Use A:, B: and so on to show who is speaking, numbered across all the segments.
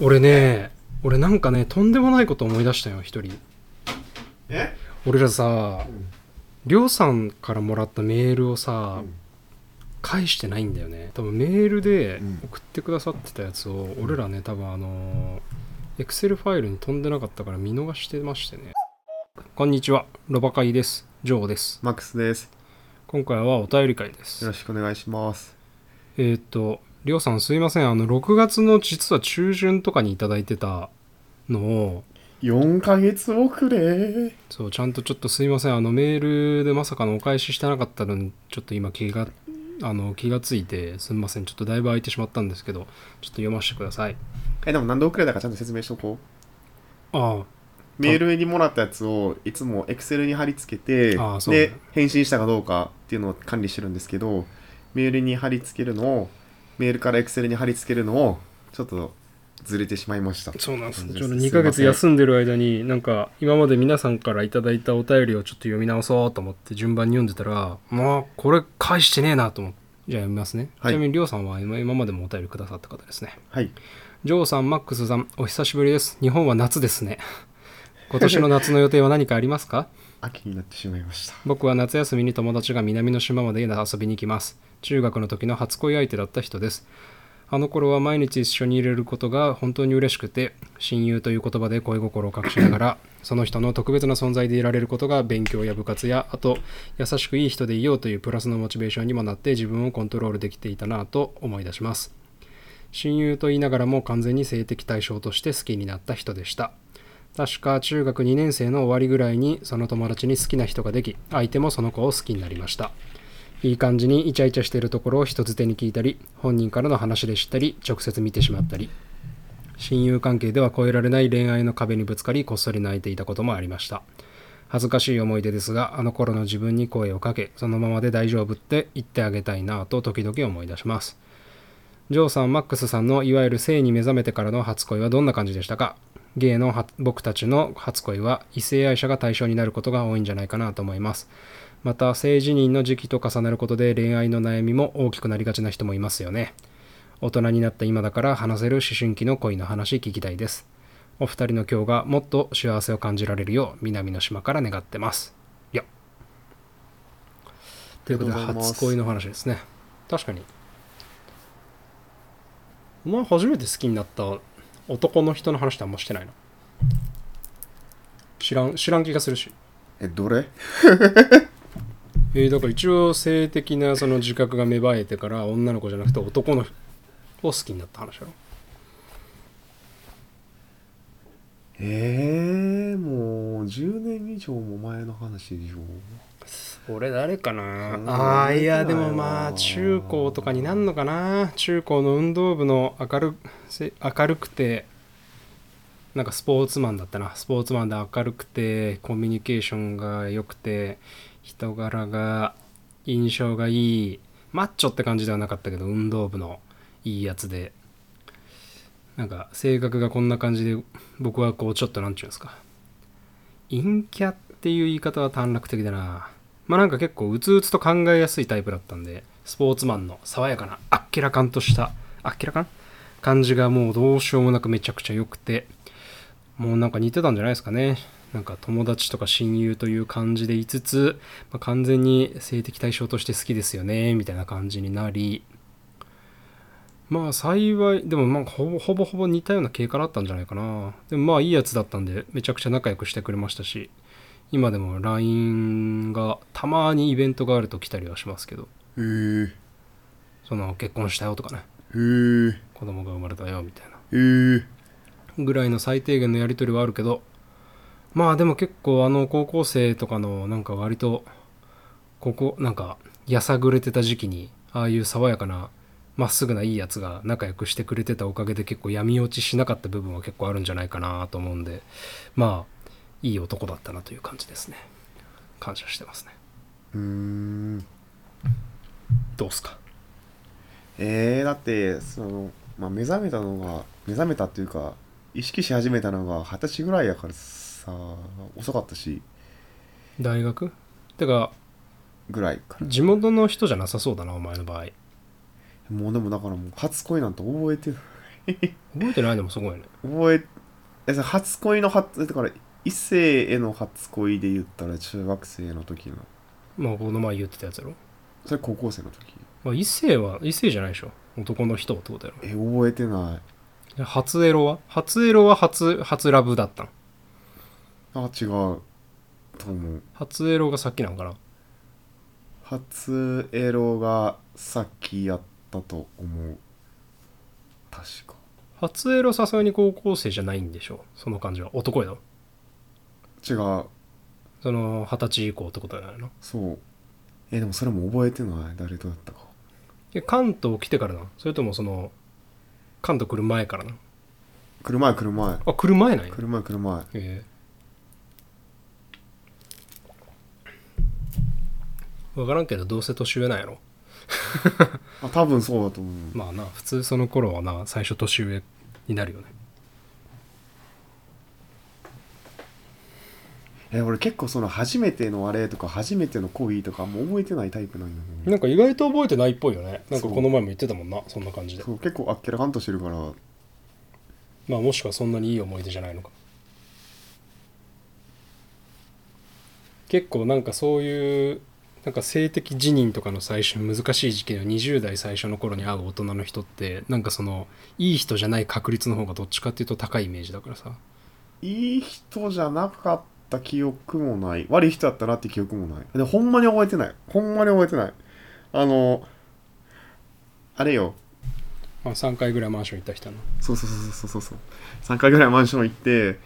A: 俺ね俺なんかねとんでもないこと思い出したよ一人
B: え
A: 俺らさ
B: うん
A: りょうさんからもらったメールをさ、
B: うん
A: 返してないんだよね多分メールで
B: うん
A: 送ってくださってたやつを、俺らね多分あのエクセルファイルに飛んでなかったから見逃してましてねこんにちはロバカイですジョーです
B: マックスです
A: 今回はお便り会で
B: よ
A: す
B: ろしくお願いします
A: えーっとりょうさんすいませんあの6月の実は中旬とかにいただいてたのを
B: 4ヶ月遅れ
A: そうちゃんとちょっとすいませんあのメールでまさかのお返ししてなかったのにちょっと今気があの気がついてすみませんちょっとだいぶ空いてしまったんですけどちょっと読ませてください
B: えでも何で遅れたかちゃんと説明しとこ
A: あ
B: うメールにもらったやつをいつも Excel に貼り付けて
A: あーそうね
B: で返信したかどうかっていうのを管理してるんですけどメールに貼り付けるのをメールから Excel に貼り付けるのをちょっとずれてしまいました
A: あそうなんです
B: そうです
A: ちょうど2ヶ月休んでる間になんか今まで皆さんからいただいたお便りをちょっと読み直そうと思って順番に読んでたらまあこれ返してねえなと思ってじゃあ読みますね、
B: はい
A: ちなみにりょうさんは今今までもお便りくださった方ですね
B: はい
A: ジョーさん、マックスさん、お久しぶりです。日本は夏ですね。今年の夏の予定は何かありますか
B: 秋になってしまいました
A: 僕は夏休みに友達が南の島まで遊びに行きます。中学の時の初恋相手だった人です。あの頃は毎日一緒にいれることが本当に嬉しくて、親友という言葉で恋心を隠しながら、その人の特別な存在でいられることが勉強や部活や、あと優しくいい人でいようというプラスのモチベーションにもなって自分をコントロールできていたなぁと思い出します。親友と言いながらも完全に性的対象として好きになった人でした確か中学2年生の終わりぐらいにその友達に好きな人ができ相手もその子を好きになりましたいい感じにイチャイチャしているところを人づてに聞いたり本人からの話で知ったり直接見てしまったり親友関係では越えられない恋愛の壁にぶつかりこっそり泣いていたこともありました恥ずかしい思い出ですがあの頃の自分に声をかけそのままで大丈夫って言ってあげたいなぁと時々思い出しますジョーさん、マックスさんのいわゆる性に目覚めてからの初恋はどんな感じでしたかゲイのは僕たちの初恋は異性愛者が対象になることが多いんじゃないかなと思います。また、性自認の時期と重なることで恋愛の悩みも大きくなりがちな人もいますよね。大人になった今だから話せる思春期の恋の話聞きたいです。お二人の今日がもっと幸せを感じられるよう南の島から願ってます。いや。ということで
B: ありがとうございます
A: 初恋の話ですね。確かに。お前初めて好きになった男の人の話ってあんましてないな。知らん、知らん気がするし。
B: えどれ
A: えーだから一応性的なその自覚が芽生えてから女の子じゃなくて男のを好きになった話だろ
B: えー、もう10年以上も前の話でしょ
A: 俺誰かな
B: うん
A: あーいやで
B: 覚えてないわ
A: もまあ中高とかになんのかな中高の運動部の明るせ明るくてなんかスポーツマンだったなスポーツマンで明るくてコミュニケーションが良くて人柄が印象がいいマッチョって感じではなかったけど運動部のいいやつでなんか性格がこんな感じで僕はこうちょっとなんていうんですか陰キャっていう言い方は短絡的だなまあなんか結構うつうつと考えやすいタイプだったんでスポーツマンの爽やかなあっけらかんとしたあっけらかん感じがもうどうしようもなくめちゃくちゃ良くてもうなんか似てたんじゃないですかねなんか友達とか親友という感じでいつつ、まあ完全に性的対象として好きですよねみたいな感じになりまあ幸いでもまあほぼほぼほぼ似たような経過だったんじゃないかなでもまあいいやつだったんでめちゃくちゃ仲良くしてくれましたし今でも LINE がたまにイベントがあると来たりはしますけど
B: へえー、
A: その結婚したよとかね
B: へえー、へ
A: 子供が生まれたよみたいな
B: えー、
A: ぐらいの最低限のやり取りはあるけどまあでも結構あの高校生とかのなんか割とここなんかやさぐれてた時期にああいう爽やかなまっすぐないいやつが仲良くしてくれてたおかげで結構闇落ちしなかった部分は結構あるんじゃないかなと思うんでまあいい男だったなという感じですね感謝してますね
B: うーん
A: どうっすか
B: えー、だってその、まあ、目覚めたのが目覚めたっていうか意識し始めたのが二十歳ぐらいやからさ遅かったし
A: 大学てか
B: ぐらいから
A: 地元の人じゃなさそうだなお前の場合
B: もうでもだからもう初恋なんて覚えてない
A: 覚えてないでもすごいね。
B: 覚ええそれ初恋の初だから異性への初恋で言ったら中学生の時の
A: まあ、この前言ってたやつやろ。
B: それ高校生の時
A: まあ、異性は、異性じゃないでしょ。男の人ってことやろ
B: え覚えてない。
A: で初エロは初エロは初、初ラブだったん。
B: あ違うと思う
A: 初エロがさっきなのかな
B: 初エロがさっきやったと思う確か
A: 初エロさすがに高校生じゃないんでしょその感じは。男やろ
B: 違う
A: その、二十歳以降ってことじゃないの
B: そうえでもそれも覚えてない誰とだったか
A: で関東来てからなそれともその、関東来る前からな
B: 車へ車へ
A: あ、来る前なんや。
B: 車へ車へ
A: ええ分からんけどどうせ年上なんやろ
B: あ多分そうだと思う、
A: まあな普通その頃はな最初年上になるよね
B: え俺結構その初めてのあれとか初めての恋とかもう覚えてないタイプなんだけど
A: なんか意外と覚えてないっぽいよねなんか
B: そう
A: この前も言ってたもんなそんな感じで
B: そう結構あっけらかんとしてるから
A: まあもしくはそんなにいい思い出じゃないのか結構なんかそういうなんか性的自認とかの最初難しい時期の20代最初の頃に会う大人の人ってなんかそのいい人じゃない確率の方がどっちかっていうと高いイメージだからさ
B: いい人じゃなかった記憶もない悪い人だったなって記憶もないでほんまに覚えてないほんまに覚えてないあのあれよ
A: まあ、3回ぐらいマンション行った人な
B: そうそうそうそうそうそう3回ぐらいマンション行って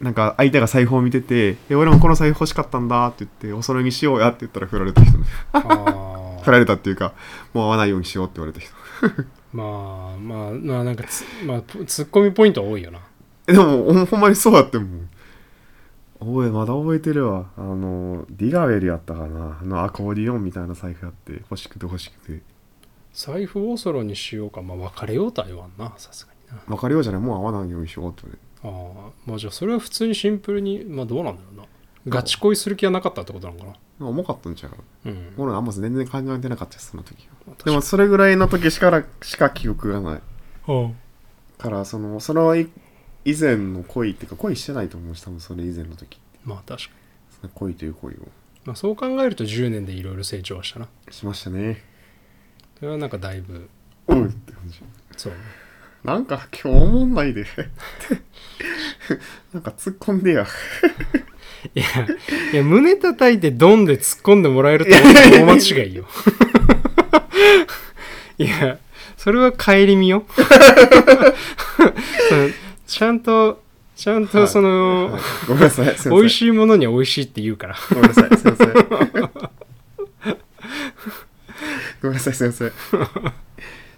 B: なんか相手が財布を見てて「え俺もこの財布欲しかったんだ」って言って「お揃いにしようや」って言ったら振られた人ね
A: あ
B: 振られたっていうかもう会わないようにしようって言われた人
A: まあまあまあなんかつ、まあ、ぷツッコミポイントは多いよな
B: えでもほんほんまにそうやってんもん覚えまだ覚えてるわあのディガウェルやったかなあのアコーディオンみたいな財布やって欲しくて欲しくて
A: 財布をソロにしようかまあ別れようとは言わんなさすがにな
B: 別れようじゃないもう会わないようにしようって言われて
A: ああまあじゃあそれは普通にシンプルにまあどうなんだろうなガチ恋する気はなかったってことなのかな
B: なんか重かったんちゃう
A: うん
B: 俺あんま全然考えてなかったですその時は
A: 確か
B: で
A: に
B: もそれぐらいの時しかしか記憶がない
A: うん
B: からそのその以以前の恋っていうか恋してないと思うし多分それ以前の時
A: まあ確かに、
B: その恋という恋を
A: まあ、そう考えると10年でいろいろ成長はしたな
B: しましたね
A: それはなんかだいぶ
B: うんって感じ
A: そうね
B: なんか今日おもんないでなんか突っ込んでや
A: いやいや胸叩いてドンで突っ込んでもらえると思ったら大間違いよいやそれは帰り見 よそのちゃんとちゃんとその、
B: はいごめんなさいすいません
A: 美味しいものには美味しいって言うから
B: ごめんなさいすいませんごめんなさいすいません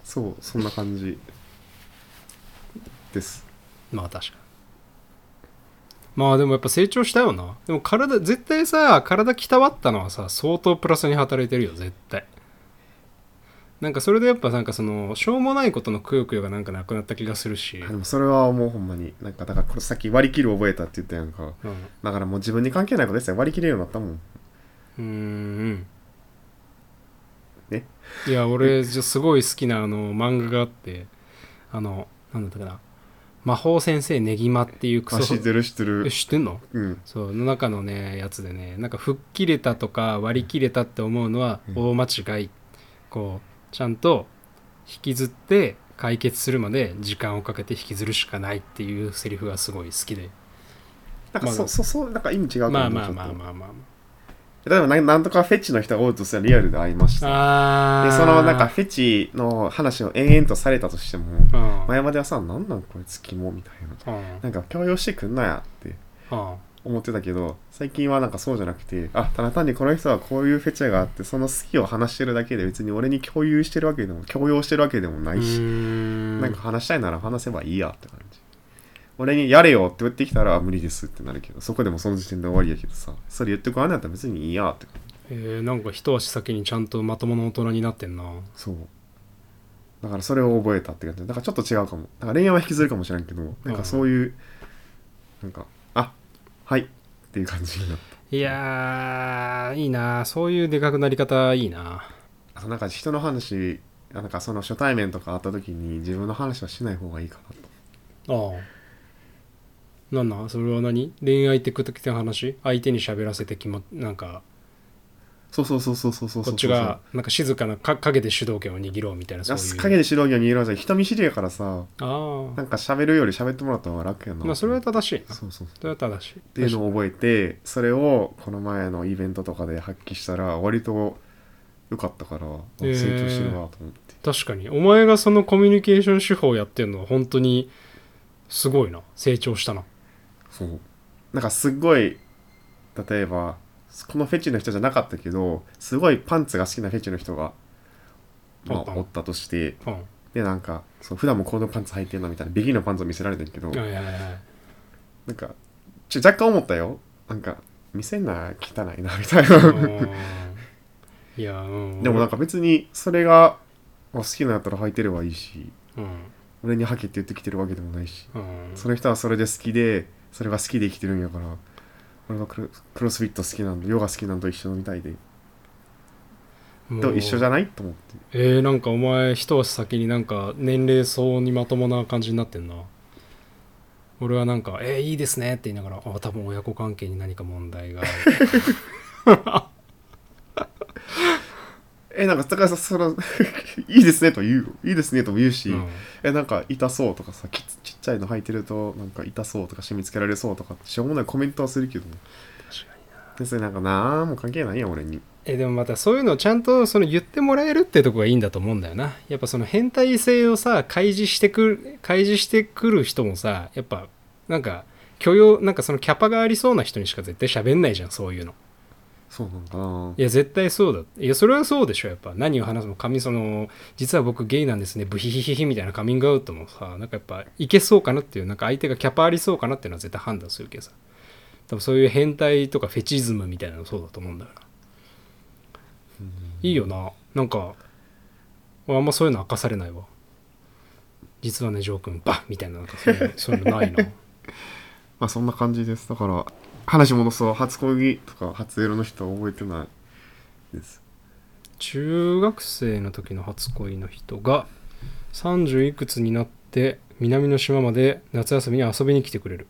B: そうそんな感じです
A: まあ確かにまあでもやっぱ成長したよなでも体絶対さ体きたわったのはさ相当プラスに働いてるよ絶対なんかそれでやっぱなんかそのしょうもないことのくよくよがなんかなくなった気がするし
B: あでもそれはもうほんまになんかだからこれさっき割り切る覚えたって言ったやんか
A: うんう
B: だからもう自分に関係ないことですよ割り切れるようになったもん
A: ーん
B: え
A: いや俺じゃすごい好きなあの漫画があってあのなんだったかな魔法先生ねぎまっていうク
B: あ
A: ソ
B: 知ってる知って
A: え
B: る
A: 知ってんの
B: うん
A: そうの中のねやつでねなんか吹っ切れたとか割り切れたって思うのは大間違い、こうちゃんと引きずって解決するまで時間をかけて引きずるしかないっていうセリフがすごい好きで
B: なんか
A: ま
B: そ
A: あ
B: そそうなんか意味違うと思う
A: まあまあまあ
B: あ
A: まあまあ
B: 例えばななんとかフェチの人がおるとしたらリアルで会いました
A: まあ
B: でそのなんか
A: あ
B: フェチの話を延々とされたとしても
A: ーうん
B: 前まではさなんなんこれ月もみたいな
A: うん
B: なんか強要してくんなやって
A: うん
B: 思ってたけど最近はなんかそうじゃなくてあただ単にこの人はこういうフェチがあってその好きを話してるだけで別に俺に共有してるわけでも強要してるわけでもな
A: う
B: いし、
A: ーん
B: なんか話したいなら話せばいいやって感じ俺にやれよって言ってきたらあ無理ですってなるけどそこでもその時点で終わりやけどさそれ言ってこないんだったら別にいいやって感じ
A: えーなんか一足先にちゃんとまともな大人になってんな
B: そうだからそれを覚えたって感じだからちょっと違うかもだから恋愛は引きずるかもしれんけどなんかそういうなんかあはいっていう感じになった
A: いやーいいなそういうでかくなり方いいな
B: あとなんか人の話なんかその初対面とか会った時に自分の話はしない方がいいかなと
A: ああなんなんそれは何恋愛テク的な話相手に喋らせてきまなんか
B: そうそうそうそうそうそう
A: こ
B: そう
A: っちがなんか静かなか影で主導権を握ろうみたいなそういう
B: 影で指導業にいるわけじゃん人見知りやからさ
A: あ
B: な
A: あ
B: んか喋るより喋ってもらった方が楽やな
A: まあそれは正しいなそ
B: そうそうっ
A: れは正しいって
B: いうのを覚えてそれをこの前のイベントとかで発揮したら割と良かったからあ
A: へー
B: 成長してるなと思って、
A: 確かにお前がそのコミュニケーション手法をやってるのは本当にすごいな成長したな
B: そうなんかすっごい例えばこのフェチの人じゃなかったけどすごいパンツが好きなフェチの人が、ま
A: パンパ
B: あ、
A: ン
B: おったとして
A: うん
B: でなんかそう普段もこのパンツ履いてんのみたいなビギーのパンツを見せられてるけど、
A: はいはい はい
B: なんかちょ若干思ったよなんか見せんな汚いなみたい
A: あ
B: な
A: ーいやうん
B: でもなんか別にそれがまあ好きなんやったら履いてればいいし
A: うん
B: 俺に履けって言ってきてるわけでもないし
A: うん
B: その人はそれで好きでそれが好きで生きてるんやから俺はクロクロスフィット好きなんだヨガ好きなんと一緒みたいで
A: もう
B: と一緒じゃないと思って
A: えー、なんかお前一足先になんか年齢相応にまともな感じになってんな俺はなんか「えー、いいですね」って言いながら「あ多分親子関係に何か問題がある
B: えなんか高橋さんその いいですねと言うよいいですねとも言う」し、
A: うん
B: えなんか痛そうとかさきちっちゃいの履いてるとなんか痛そうとか染みつけられそうとかってしょうもないコメントはするけど
A: 確かに
B: 別になんかなんも関係ないやん俺に
A: えーでもまたそういうのをちゃんとその言ってもらえるってとこがいいんだと思うんだよなやっぱその変態性をさ開示してくる開示してくる人もさやっぱなんか許容なんかそのキャパがありそうな人にしか絶対喋んないじゃんそういうの
B: そうなんかない
A: や絶対そうだいやそれはそうでしょやっぱ何を話すも神その実は僕ゲイなんですねブヒヒヒヒみたいなカミングアウトもさなんかやっぱいけそうかなっていうなんか相手がキャパありそうかなっていうのは絶対判断するけどさ多分そういう変態とかフェチズムみたいなのそうだと思うんだよな、いいよななんか俺あんまそういうの明かされないわ実はねジョー君バッみたいななんかそういうのそういうのないな
B: まあそんな感じですだから話戻そう初恋とか初エロの人は覚えてないです
A: 中学生の時の初恋の人が30いくつになって南の島まで夏休みに遊びに来てくれる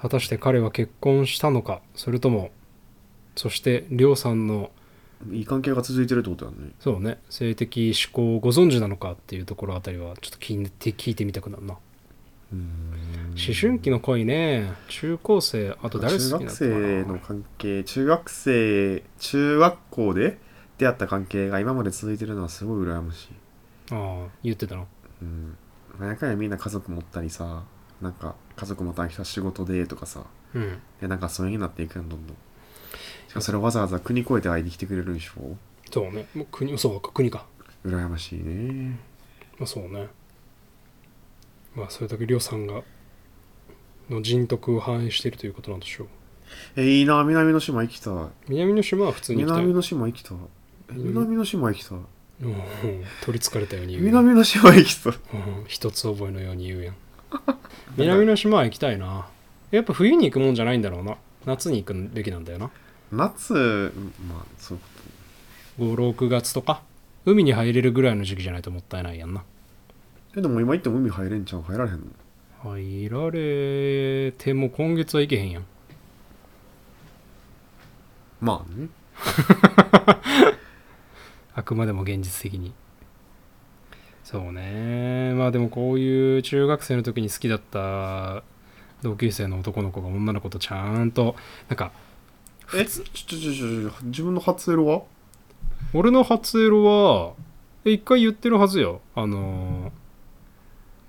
A: 果たして彼は結婚したのかそれともそしてりょうさんの
B: いい関係が続いてるってことだね
A: そうね性的思考をご存知なのかっていうところあたりはちょっと聞いて聞いてみたくなるな思春期の恋ね中高生あと誰好き
B: 中
A: だった
B: 学
A: かな
B: 生の関係中学生中学校で出会った関係が今まで続いてるのはすごい羨ましい
A: ああ言ってたの
B: うん何やかんやみんな家族持ったりさなんか家族持たん人は仕事でとかさ
A: うん
B: でなんかそういう風になっていくんどんどんしかもそれをわざわざ国越えて会いに来てくれるんでしょ
A: そうねもう国そうか国か
B: 羨ましいね
A: まあそうねまあそれだけりょうさんがの人徳を反映しているということなんでしょう
B: えいいな南の島行きたい
A: 南の島は普通に行きたい
B: 南の島行きたいえ
A: うん
B: 南の島行きたい
A: うんうん取りつかれたように言うやん
B: 南の島行きたい
A: うん一つ覚えのように言うやん南の島は行きたいなやっぱ冬に行くもんじゃないんだろうな夏に行くべきなんだよな
B: 夏うんまあそう
A: 56月とか海に入れるぐらいの時期じゃないともったいないやんな
B: えでも今行っても海入れんちゃう入られへんの
A: 入られても今月は行けへんやん
B: まあね
A: あくまでも現実的にそうねまあでもこういう中学生の時に好きだった同級生の男の子が女の子とちゃんとなんか
B: えちょちょちょちょ自分の初エロは
A: 俺の初エロはえ一回言ってるはずよあのー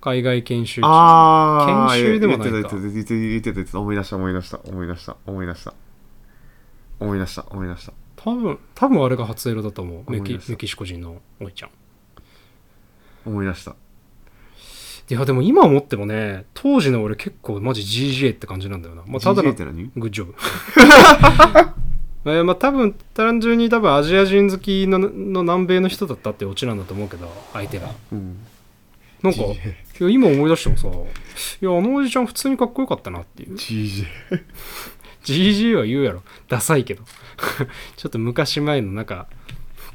A: 海外研修中
B: ああ
A: 研修でもないか
B: 言ってた言ってた言ってた言ってた思い出した思い出した思い出した思い出した思い出した思い出した
A: 多分多分あれが初エロだと思うメ
B: 思い
A: キ
B: 出した
A: メキシコ人のおいちゃん
B: 思い出した
A: いやでも今思ってもね当時の俺結構マジ GGA って感じなんだよな、まあ、ただ
B: GGA
A: の
B: って何
A: グッジョブ。 えーまあ多分単純に多分アジア人好きのの南米の人だったってオチなんだと思うけど相手が
B: うん
A: なんかいや今思い出してもさいやあのおじちゃん普通にかっこよかったなっていう
B: GGA
A: GG は言うやろダサいけどちょっと昔前のなんか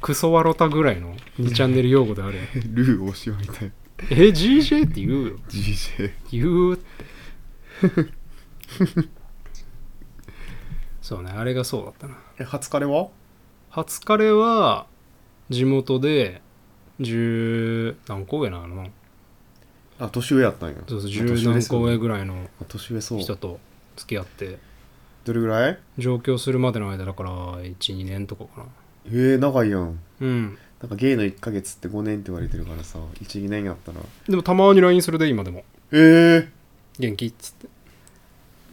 A: クソワロタぐらいの2チャンネル用語であれ
B: ルーおしまいたい
A: え GJ って言うよ
B: GJ
A: 言うって そうねあれがそうだったな
B: え初カレは
A: 初カレは地元で10何個上なの
B: あ年上やったんや
A: そうそう
B: まあ
A: 10何個
B: 上
A: 上ぐらいの
B: 年上そう
A: 人と付き合って
B: どれぐらい
A: 上京するまでの間だから12年とかかな
B: えー、長いやん
A: うん
B: なんかゲイの1ヶ月って5年って言われてるからさ12年やったら
A: でもたまに LINE するで今でも
B: えー、
A: 元気っつって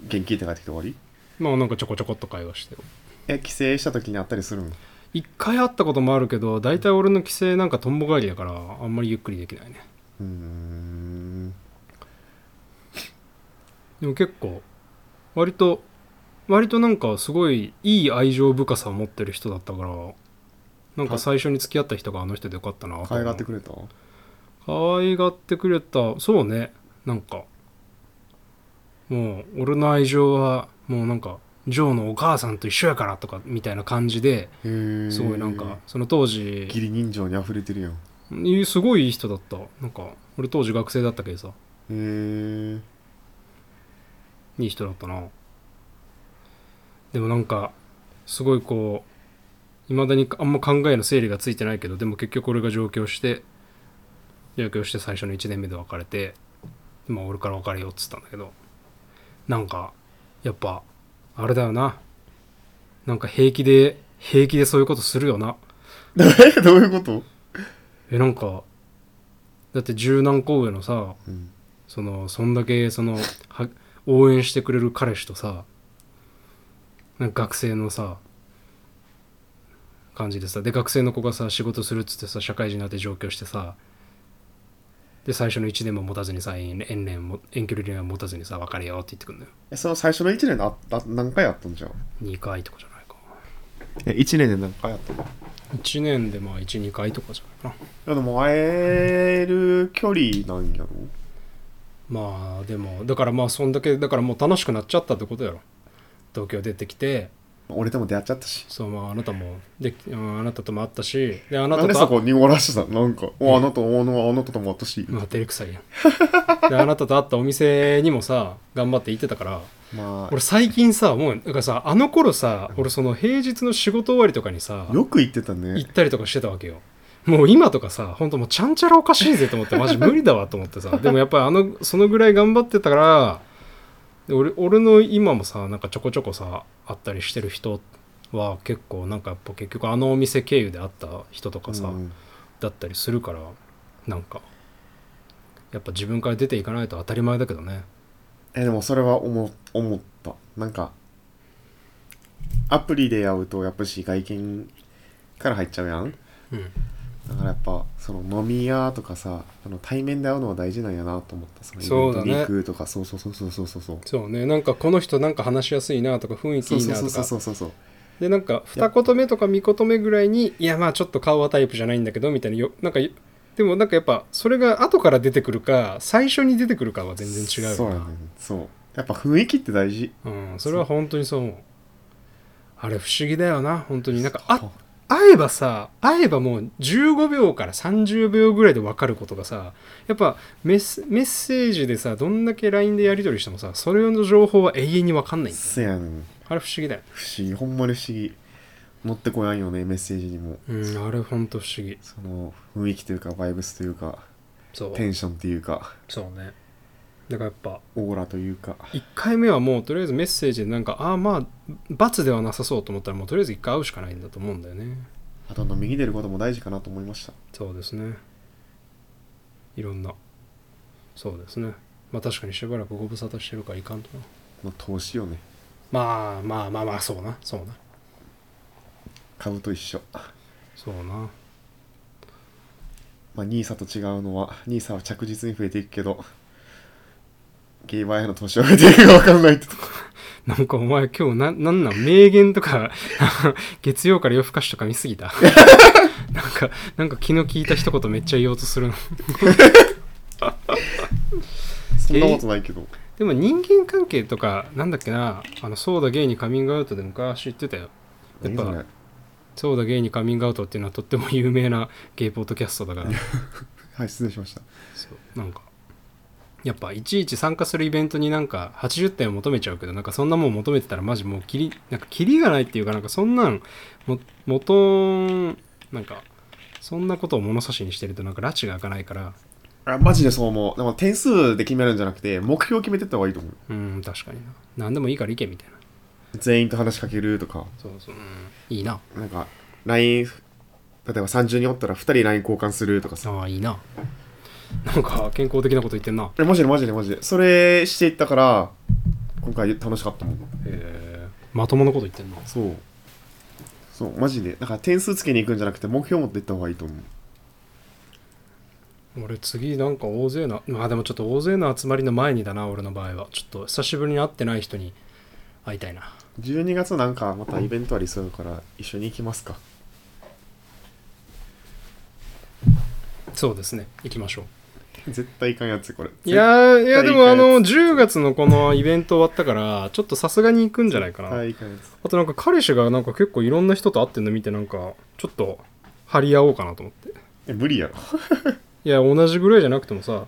B: 元気って帰ってきて終わり
A: まあなんかちょこちょこっと会話してる
B: え帰省した時に会ったりするの
A: 一回会ったこともあるけど大体俺の帰省なんかとんぼ帰りだからあんまりゆっくりできないね
B: うーん
A: でも結構割と割となんかすごいいい愛情深さを持ってる人だったからなんか最初に付き合った人があの人でよかったなと思う
B: 可愛がってくれた
A: 可愛がってくれたそうねなんかもう俺の愛情はもうなんかジョーのお母さんと一緒やからとかみたいな感じで
B: へー
A: すごいなんかその当時
B: 義理人情に溢れてるやんへ
A: いいすごいいい人だったなんか俺当時学生だったけどさ
B: え
A: いい人だったなでもなんかすごいこういまだにあんま考えの整理がついてないけどでも結局俺が上京して上京して最初の1年目で別れてまあ俺から別れようっつったんだけどなんかやっぱあれだよななんか平気で平気でそういうことするよな
B: えどういうこと、
A: えなんかだって十何個上のさ
B: うん、
A: そのそんだけそのは応援してくれる彼氏とさなんか学生のさ感じでさで学生の子がさ仕事するっつってさ社会人になって上京してさで最初の1年も持たずにさ遠遠恋も遠距離恋愛も持たずにさ別れようって言ってくんのよ
B: えその最初の1年でああ何回やったんじゃん
A: 2回とかじゃないか
B: え1年で何回やったの
A: 1年でまあ12回とかじゃないかない
B: やでも会える距離なんやろ
A: まあでもだからまあそんだけだからもう楽しくなっちゃったってことやろ東京出てきて
B: 俺とも出会っちゃったし
A: そうまああなたもで、うん、あなたとも会ったしであな
B: なん
A: た
B: で
A: と
B: そこ濁らしてたのなんか「おあなたおあのあなたとも私」
A: まあ照れくさいやん であなたと会ったお店にもさ頑張って行ってたから
B: ま
A: 俺最近さもうだからさあの頃さ俺その平日の仕事終わりとかにさ
B: あよく言ってたね
A: 行ったりとかしてたわけよもう今とかさ本当もうちゃんちゃらおかしいぜと思ってマジ無理だわと思ってさでもやっぱりあのそのぐらい頑張ってたからで俺俺の今もさなんかちょこちょこさあったりしてる人は結構なんかやっぱ結局あのお店経由で会った人とかさ、
B: うん
A: だったりするからなんかやっぱ自分から出ていかないと当たり前だけどね
B: えでもそれは思思ったなんかアプリで会うとやっぱし外見から入っちゃうやん
A: うん
B: だからやっぱその飲み屋とかさあの対面で会うのは大事なんやなと思ったそのイベ
A: そう
B: ン
A: だ
B: ト
A: ね
B: に行くとかそう,、そうそうそうそうそうそう
A: そうねなんかこの人なんか話しやすいなとか雰囲気
B: そう
A: いい
B: そう
A: な
B: そ
A: と
B: うそう
A: か
B: そうそうそう
A: でなんか二言目とか三言目ぐらいにいやまあちょっと顔はタイプじゃないんだけどみたいなよなんかよでもなんかやっぱそれが後から出てくるか最初に出てくるかは全然違うよな
B: そうやねそうやっぱ雰囲気って大事
A: うん、それは本当にそう思うあれ不思議だよな本当になんかあ
B: そう
A: 会えばさ会えばもう15秒から30秒ぐらいで分かることがさやっぱメッセメッセージでさどんだけ LINE でやり取りしてもさそれの情報は永遠に分かんないんだよ
B: せやねん
A: あれ不思議だよ、
B: 不思議ほんまに不思議乗ってこないよねメッセージにも
A: うん、あれほんと不思議
B: その雰囲気というかバイブスというか
A: そう
B: テンションというか
A: そうねだからやっぱ
B: オーラというか
A: 1回目はもうとりあえずメッセージでなんかああまあ罰ではなさそうと思ったらもうとりあえず1回会うしかないんだと思うんだよね
B: あと飲みに出ることも大事かなと思いました
A: そうですねいろんなそうですねまあ確かにしばらくご無沙汰してるからいかんとな
B: まあ投資よね
A: まあまあまあまあそうなそうな
B: 株と一緒
A: そうな
B: まあ NISA と違うのは NISA は着実に増えていくけどゲイバーへの投資は増えていくか分かんないってとこ
A: なんかお前今日ななんなん名言とか月曜から夜更かしとか見すぎたなんかなんか気の利いた一言めっちゃ言おうとするの
B: そんなことないけど
A: でも人間関係とかなんだっけなあのそうだゲイにカミングアウトで昔言ってたよやっ
B: 何それ
A: ぱそうだゲイにカミングアウトっていうのはとっても有名なゲイポッドキャストだから
B: はい失礼しました
A: そうなんかやっぱいちいち参加するイベントになんか80点を求めちゃうけどなんかそんなもん求めてたらマジもうきりなんかキリがないっていうかなんかそんなんも元なんかそんなことを物差しにしてるとなんか拉致が開かないから
B: あマジでそう思うでも点数で決めるんじゃなくて目標を決めてった方がいいと思う
A: うん確かにな何でもいいから意見みたいな
B: 全員と話しかけるとか
A: そうそう、うん、いいな
B: なんか LINE 例えば30人おったら2人 LINE 交換するとかさ
A: ああいいななんか健康的なこと言ってんなへ
B: えマジでマジでマジでそれしていったから今回楽しかったもん
A: えまともなこと言ってんな
B: そうそうマジでだから点数つけに行くんじゃなくて目標持っていった方がいいと思う
A: 俺次なんか大勢なまあでもちょっと大勢の集まりの前にだな俺の場合はちょっと久しぶりに会ってない人に会いたいな
B: 12月なんかまたイベントありそうだから一緒に行きますか
A: そうですね行きましょう
B: 絶対いかんやつこれ
A: いやーいやでもあ
B: 行
A: の
B: く
A: 10月のこのイベント終わったからちょっとさすがに行くんじゃないかな、
B: 絶対いかんやつ
A: あとなんか彼氏がなんか結構いろんな人と会ってるの見てなんかちょっと張り合おうかなと思って
B: え無理やろ
A: いや同じぐらいじゃなくてもさ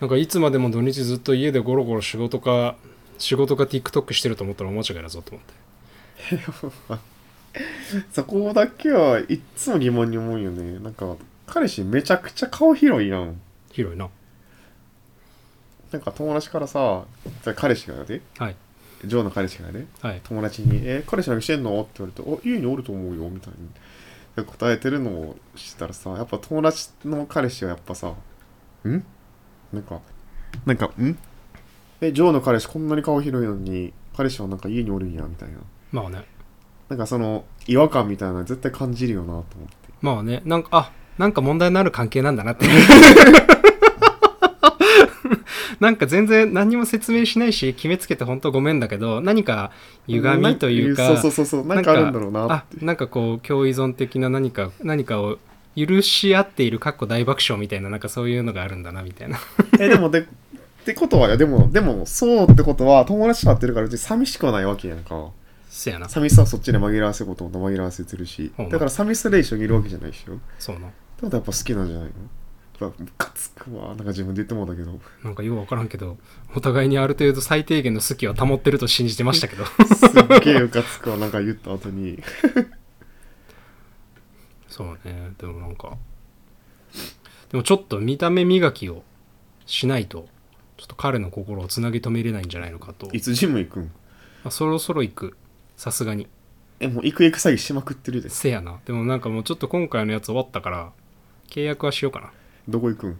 A: なんかいつまでも土日ずっと家でゴロゴロ仕事か仕事か TikTok してると思ったら大間違いだぞと思って
B: そこだけはいっつも疑問に思うよねなんか彼氏めちゃくちゃ顔広いやん
A: 広いな
B: なんか友達からさ彼氏がやで
A: はい
B: ジョーの彼氏がやで
A: はい
B: 友達に「え彼氏何してんの?」って言われて「あ家におると思うよ」みたいにで答えてるのをしたらさやっぱ友達の彼氏はやっぱさ「ん?」なんか「なんかん?」えジョーの彼氏こんなに顔広いのに彼氏はなんか家におるんやみたいな
A: まあね
B: なんかその違和感みたいなの絶対感じるよなと思って
A: まあねなんかあなんか問題のある関係なんだなって なんか全然何にも説明しないし決めつけて本当ごめんだけど何か歪みというか
B: なそうそうそうそうなんかあるんだろうな
A: あ
B: って
A: なんかこう共依存的な何か何かを許し合っているかっこ大爆笑みたいななんかそういうのがあるんだなみたいな
B: えでもでってことはいやでもでもそうってことは友達と会ってるから別に寂しくはないわけやんか
A: せやな
B: 寂しさはそっちで紛らわせることも紛らわせてるし
A: ほんま
B: だから寂しさで一緒にいるわけじゃないでしょって
A: そうな
B: ことはやっぱ好きなんじゃないのやっぱムカつくわなんか自分で言ってもうんだ けど
A: なんかようわからんけどお互いにある程度最低限の好きは保ってると信じてま したけど
B: すっげえムカつくわなんか言った後に
A: そうねでもなんかでもちょっと見た目磨きをしないとちょっと彼の心をつなぎ止めれないんじゃないのかと
B: いつジム行くん
A: あそろそろ行くさすがに
B: えもう行く行く詐欺しまくってるです
A: せやなでもなんかもうちょっと今回のやつ終わったから契約はしようかな
B: どこ行くん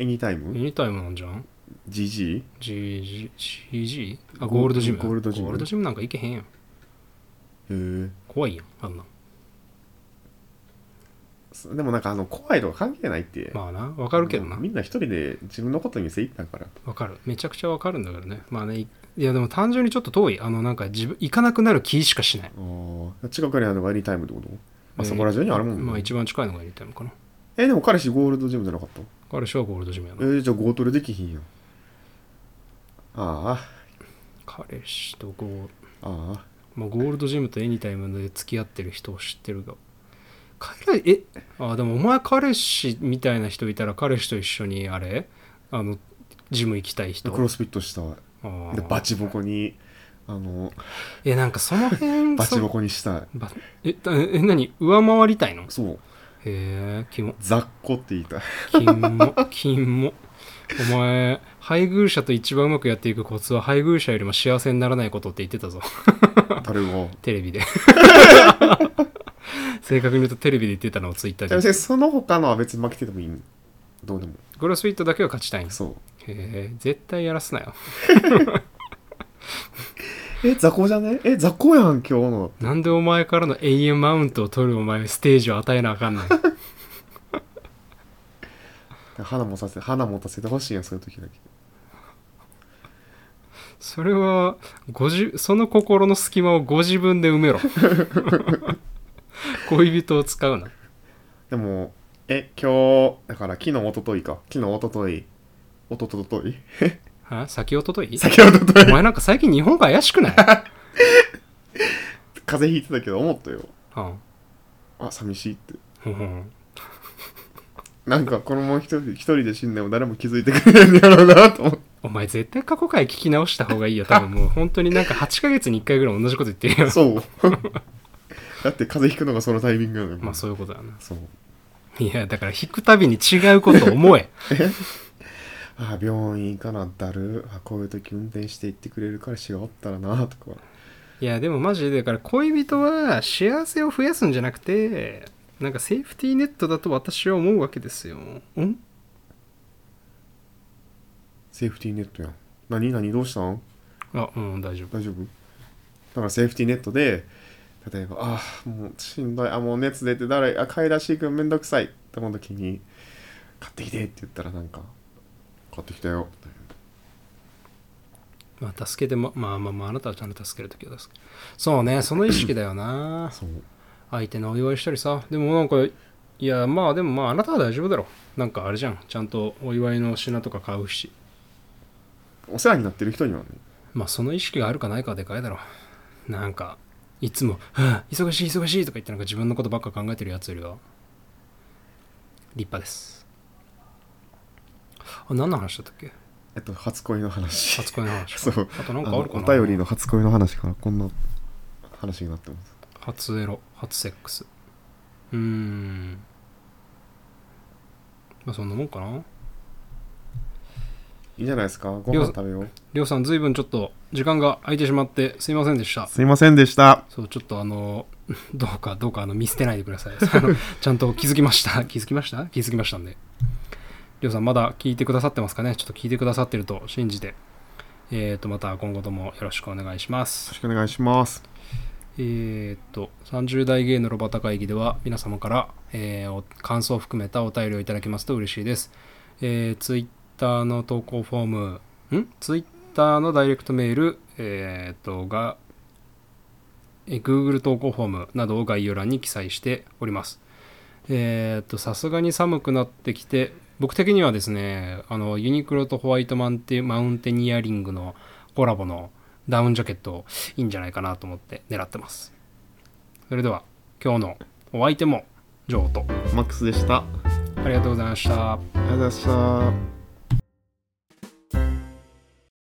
B: エニタイ
A: エ
B: ム
A: ニタイムなんじゃん
B: ?GG?
A: G- G- ?CG? あ、
B: ゴ
A: ゴールドジム。
B: ゴールドジム
A: ゴールドジムなんか行けへんやん。
B: へえ
A: 怖いやん、あんなん。
B: そでもなんかあの怖いとか関係ないって
A: まあな、わかるけどな。
B: みんな一人で自分のことに精一杯だから
A: わかる。めちゃくちゃわかるんだけどね。まあね、いいやでも単純にちょっと遠い。あの、なんか自分、行かなくなる気しかしない。
B: ああ近くにあるのがエニタイムってこと、
A: え
B: まあ、
A: ー
B: そこら中にあるもんね、
A: まあ一番近いのがエニタイムかな。
B: えでも彼氏ゴールドジムじゃなかった
A: 彼氏はゴールドジムや
B: え
A: な。
B: ー、じゃあゴートレできひんやんあ
A: 彼氏とゴー、
B: あああ
A: まあゴールドジムとエニタイムで付き合ってる人を知ってるが。彼、え、あ、でもお前彼氏みたいな人いたら彼氏と一緒にあれあの、ジム行きたい人。
B: クロスフィットした
A: あー
B: でバチボコにあの
A: えなんかその辺
B: バチボ
A: そ
B: コにしたい
A: ばえたえ何上回りたいのへ
B: そう
A: えキモ
B: 雑魚って言い たい
A: キモキ モお前配偶者と一番うまくやっていくコツは配偶者よりも幸せにならないことって言ってたぞ
B: 誰も
A: テ レビで正確に言うとテレビで言ってたのをツイッタ
B: じ
A: ー
B: ゃあ
A: で
B: 別にその他のは別に負けててもいいんどうでも
A: グロスフィットだけは勝ちたいんです
B: そう
A: へえ絶対やらすなよ
B: え雑魚じゃねえ雑魚やん今日の
A: なんでお前からの永遠マウントを取るお前ステージを与えなあかんない
B: 花もさせ花持たせてほしいやんそういう時だけ
A: それはごじその心の隙間をご自分で埋めろ 恋人を使うな
B: でもえ今日だから昨日一昨日か昨日一昨日おとととい
A: は先おととい
B: 先ほどと
A: お前なんか最近日本が怪しくない
B: 風邪ひいてたけど思ったよ
A: あ
B: あ寂しいって
A: ふんふん
B: なんかこのまま一人一人で死んでも誰も気づいてくれるんやろうなと思って
A: お前絶対過去回聞き直した方がいいよ多分もう本当になんか8ヶ月に1回ぐらい同じこと言ってるよ
B: そう。だって風邪ひくのがそのタイミングなのよ。
A: まあそういうことだな
B: そう。
A: いやだから引くたびに違うこと思 え
B: ああ、病院行かな、だる。あこういう時運転して行ってくれる彼氏がおったらな、とか。
A: いやでもマジでだから恋人は幸せを増やすんじゃなくてなんかセーフティーネットだと私は思うわけですよん
B: セーフティーネットやん。何何どうしたん
A: あうん大丈夫
B: 大丈夫だからセーフティーネットで、例えば、ああ、もうしんどい。あ、もう熱出て誰、あ、買い出し行くのめんどくさい。って思う時に、買ってきてって言ったらなんか、買ってきたよ。
A: まあ助けてもまあまあまああなたはちゃんと助けるときは助けるそうねその意識だよな
B: そう。
A: 相手のお祝いしたりさでもなんかいやまあでもまああなたは大丈夫だろなんかあれじゃんちゃんとお祝いの品とか買うし
B: お世話になってる人にはね。
A: まあその意識があるかないかはでかいだろなんかいつも「はあ忙しい忙しい」とか言ってなんか自分のことばっか考えてるやつよりは立派ですあ何の話だったっけ
B: えっと、初恋の話。
A: 初恋の話か
B: そう
A: あとなんかあるかな
B: のお便りの初恋の話からこんな話になってます
A: 初エロ初セックスうーんまあそんなもんかない
B: いじゃないですかご飯食べよう
A: りょうさん随分ちょっと時間が空いてしまってすいませんでした
B: すいませんでした
A: そうちょっとあの どうかどうかあの見捨てないでください あのちゃんと気づきました 気づきました気づきましたんでりょうさんまだ聞いてくださってますかねちょっと聞いてくださってると信じてえっ、ー、とまた今後ともよろしくお願いしま
B: よ
A: す
B: ろしくお願いします
A: えっと30代芸のロバタ会議では皆様から、えーお感想を含めたお便りをいただけますと嬉しいです、えー、ツイッターの投稿フォームんツイッターのダイレクトメール、えーっとが、えー Google 投稿フォームなどを概要欄に記載しておりますえーっとさすがに寒くなってきて僕的にはですねあのユニクロとホワイトマウンテマウンテニアリングのコラボのダウンジャケットをいいんじゃないかなと思って狙ってますそれでは今日のお相手もジョーと
B: マックスでしたあり
A: ありがとうございました
B: がとうございました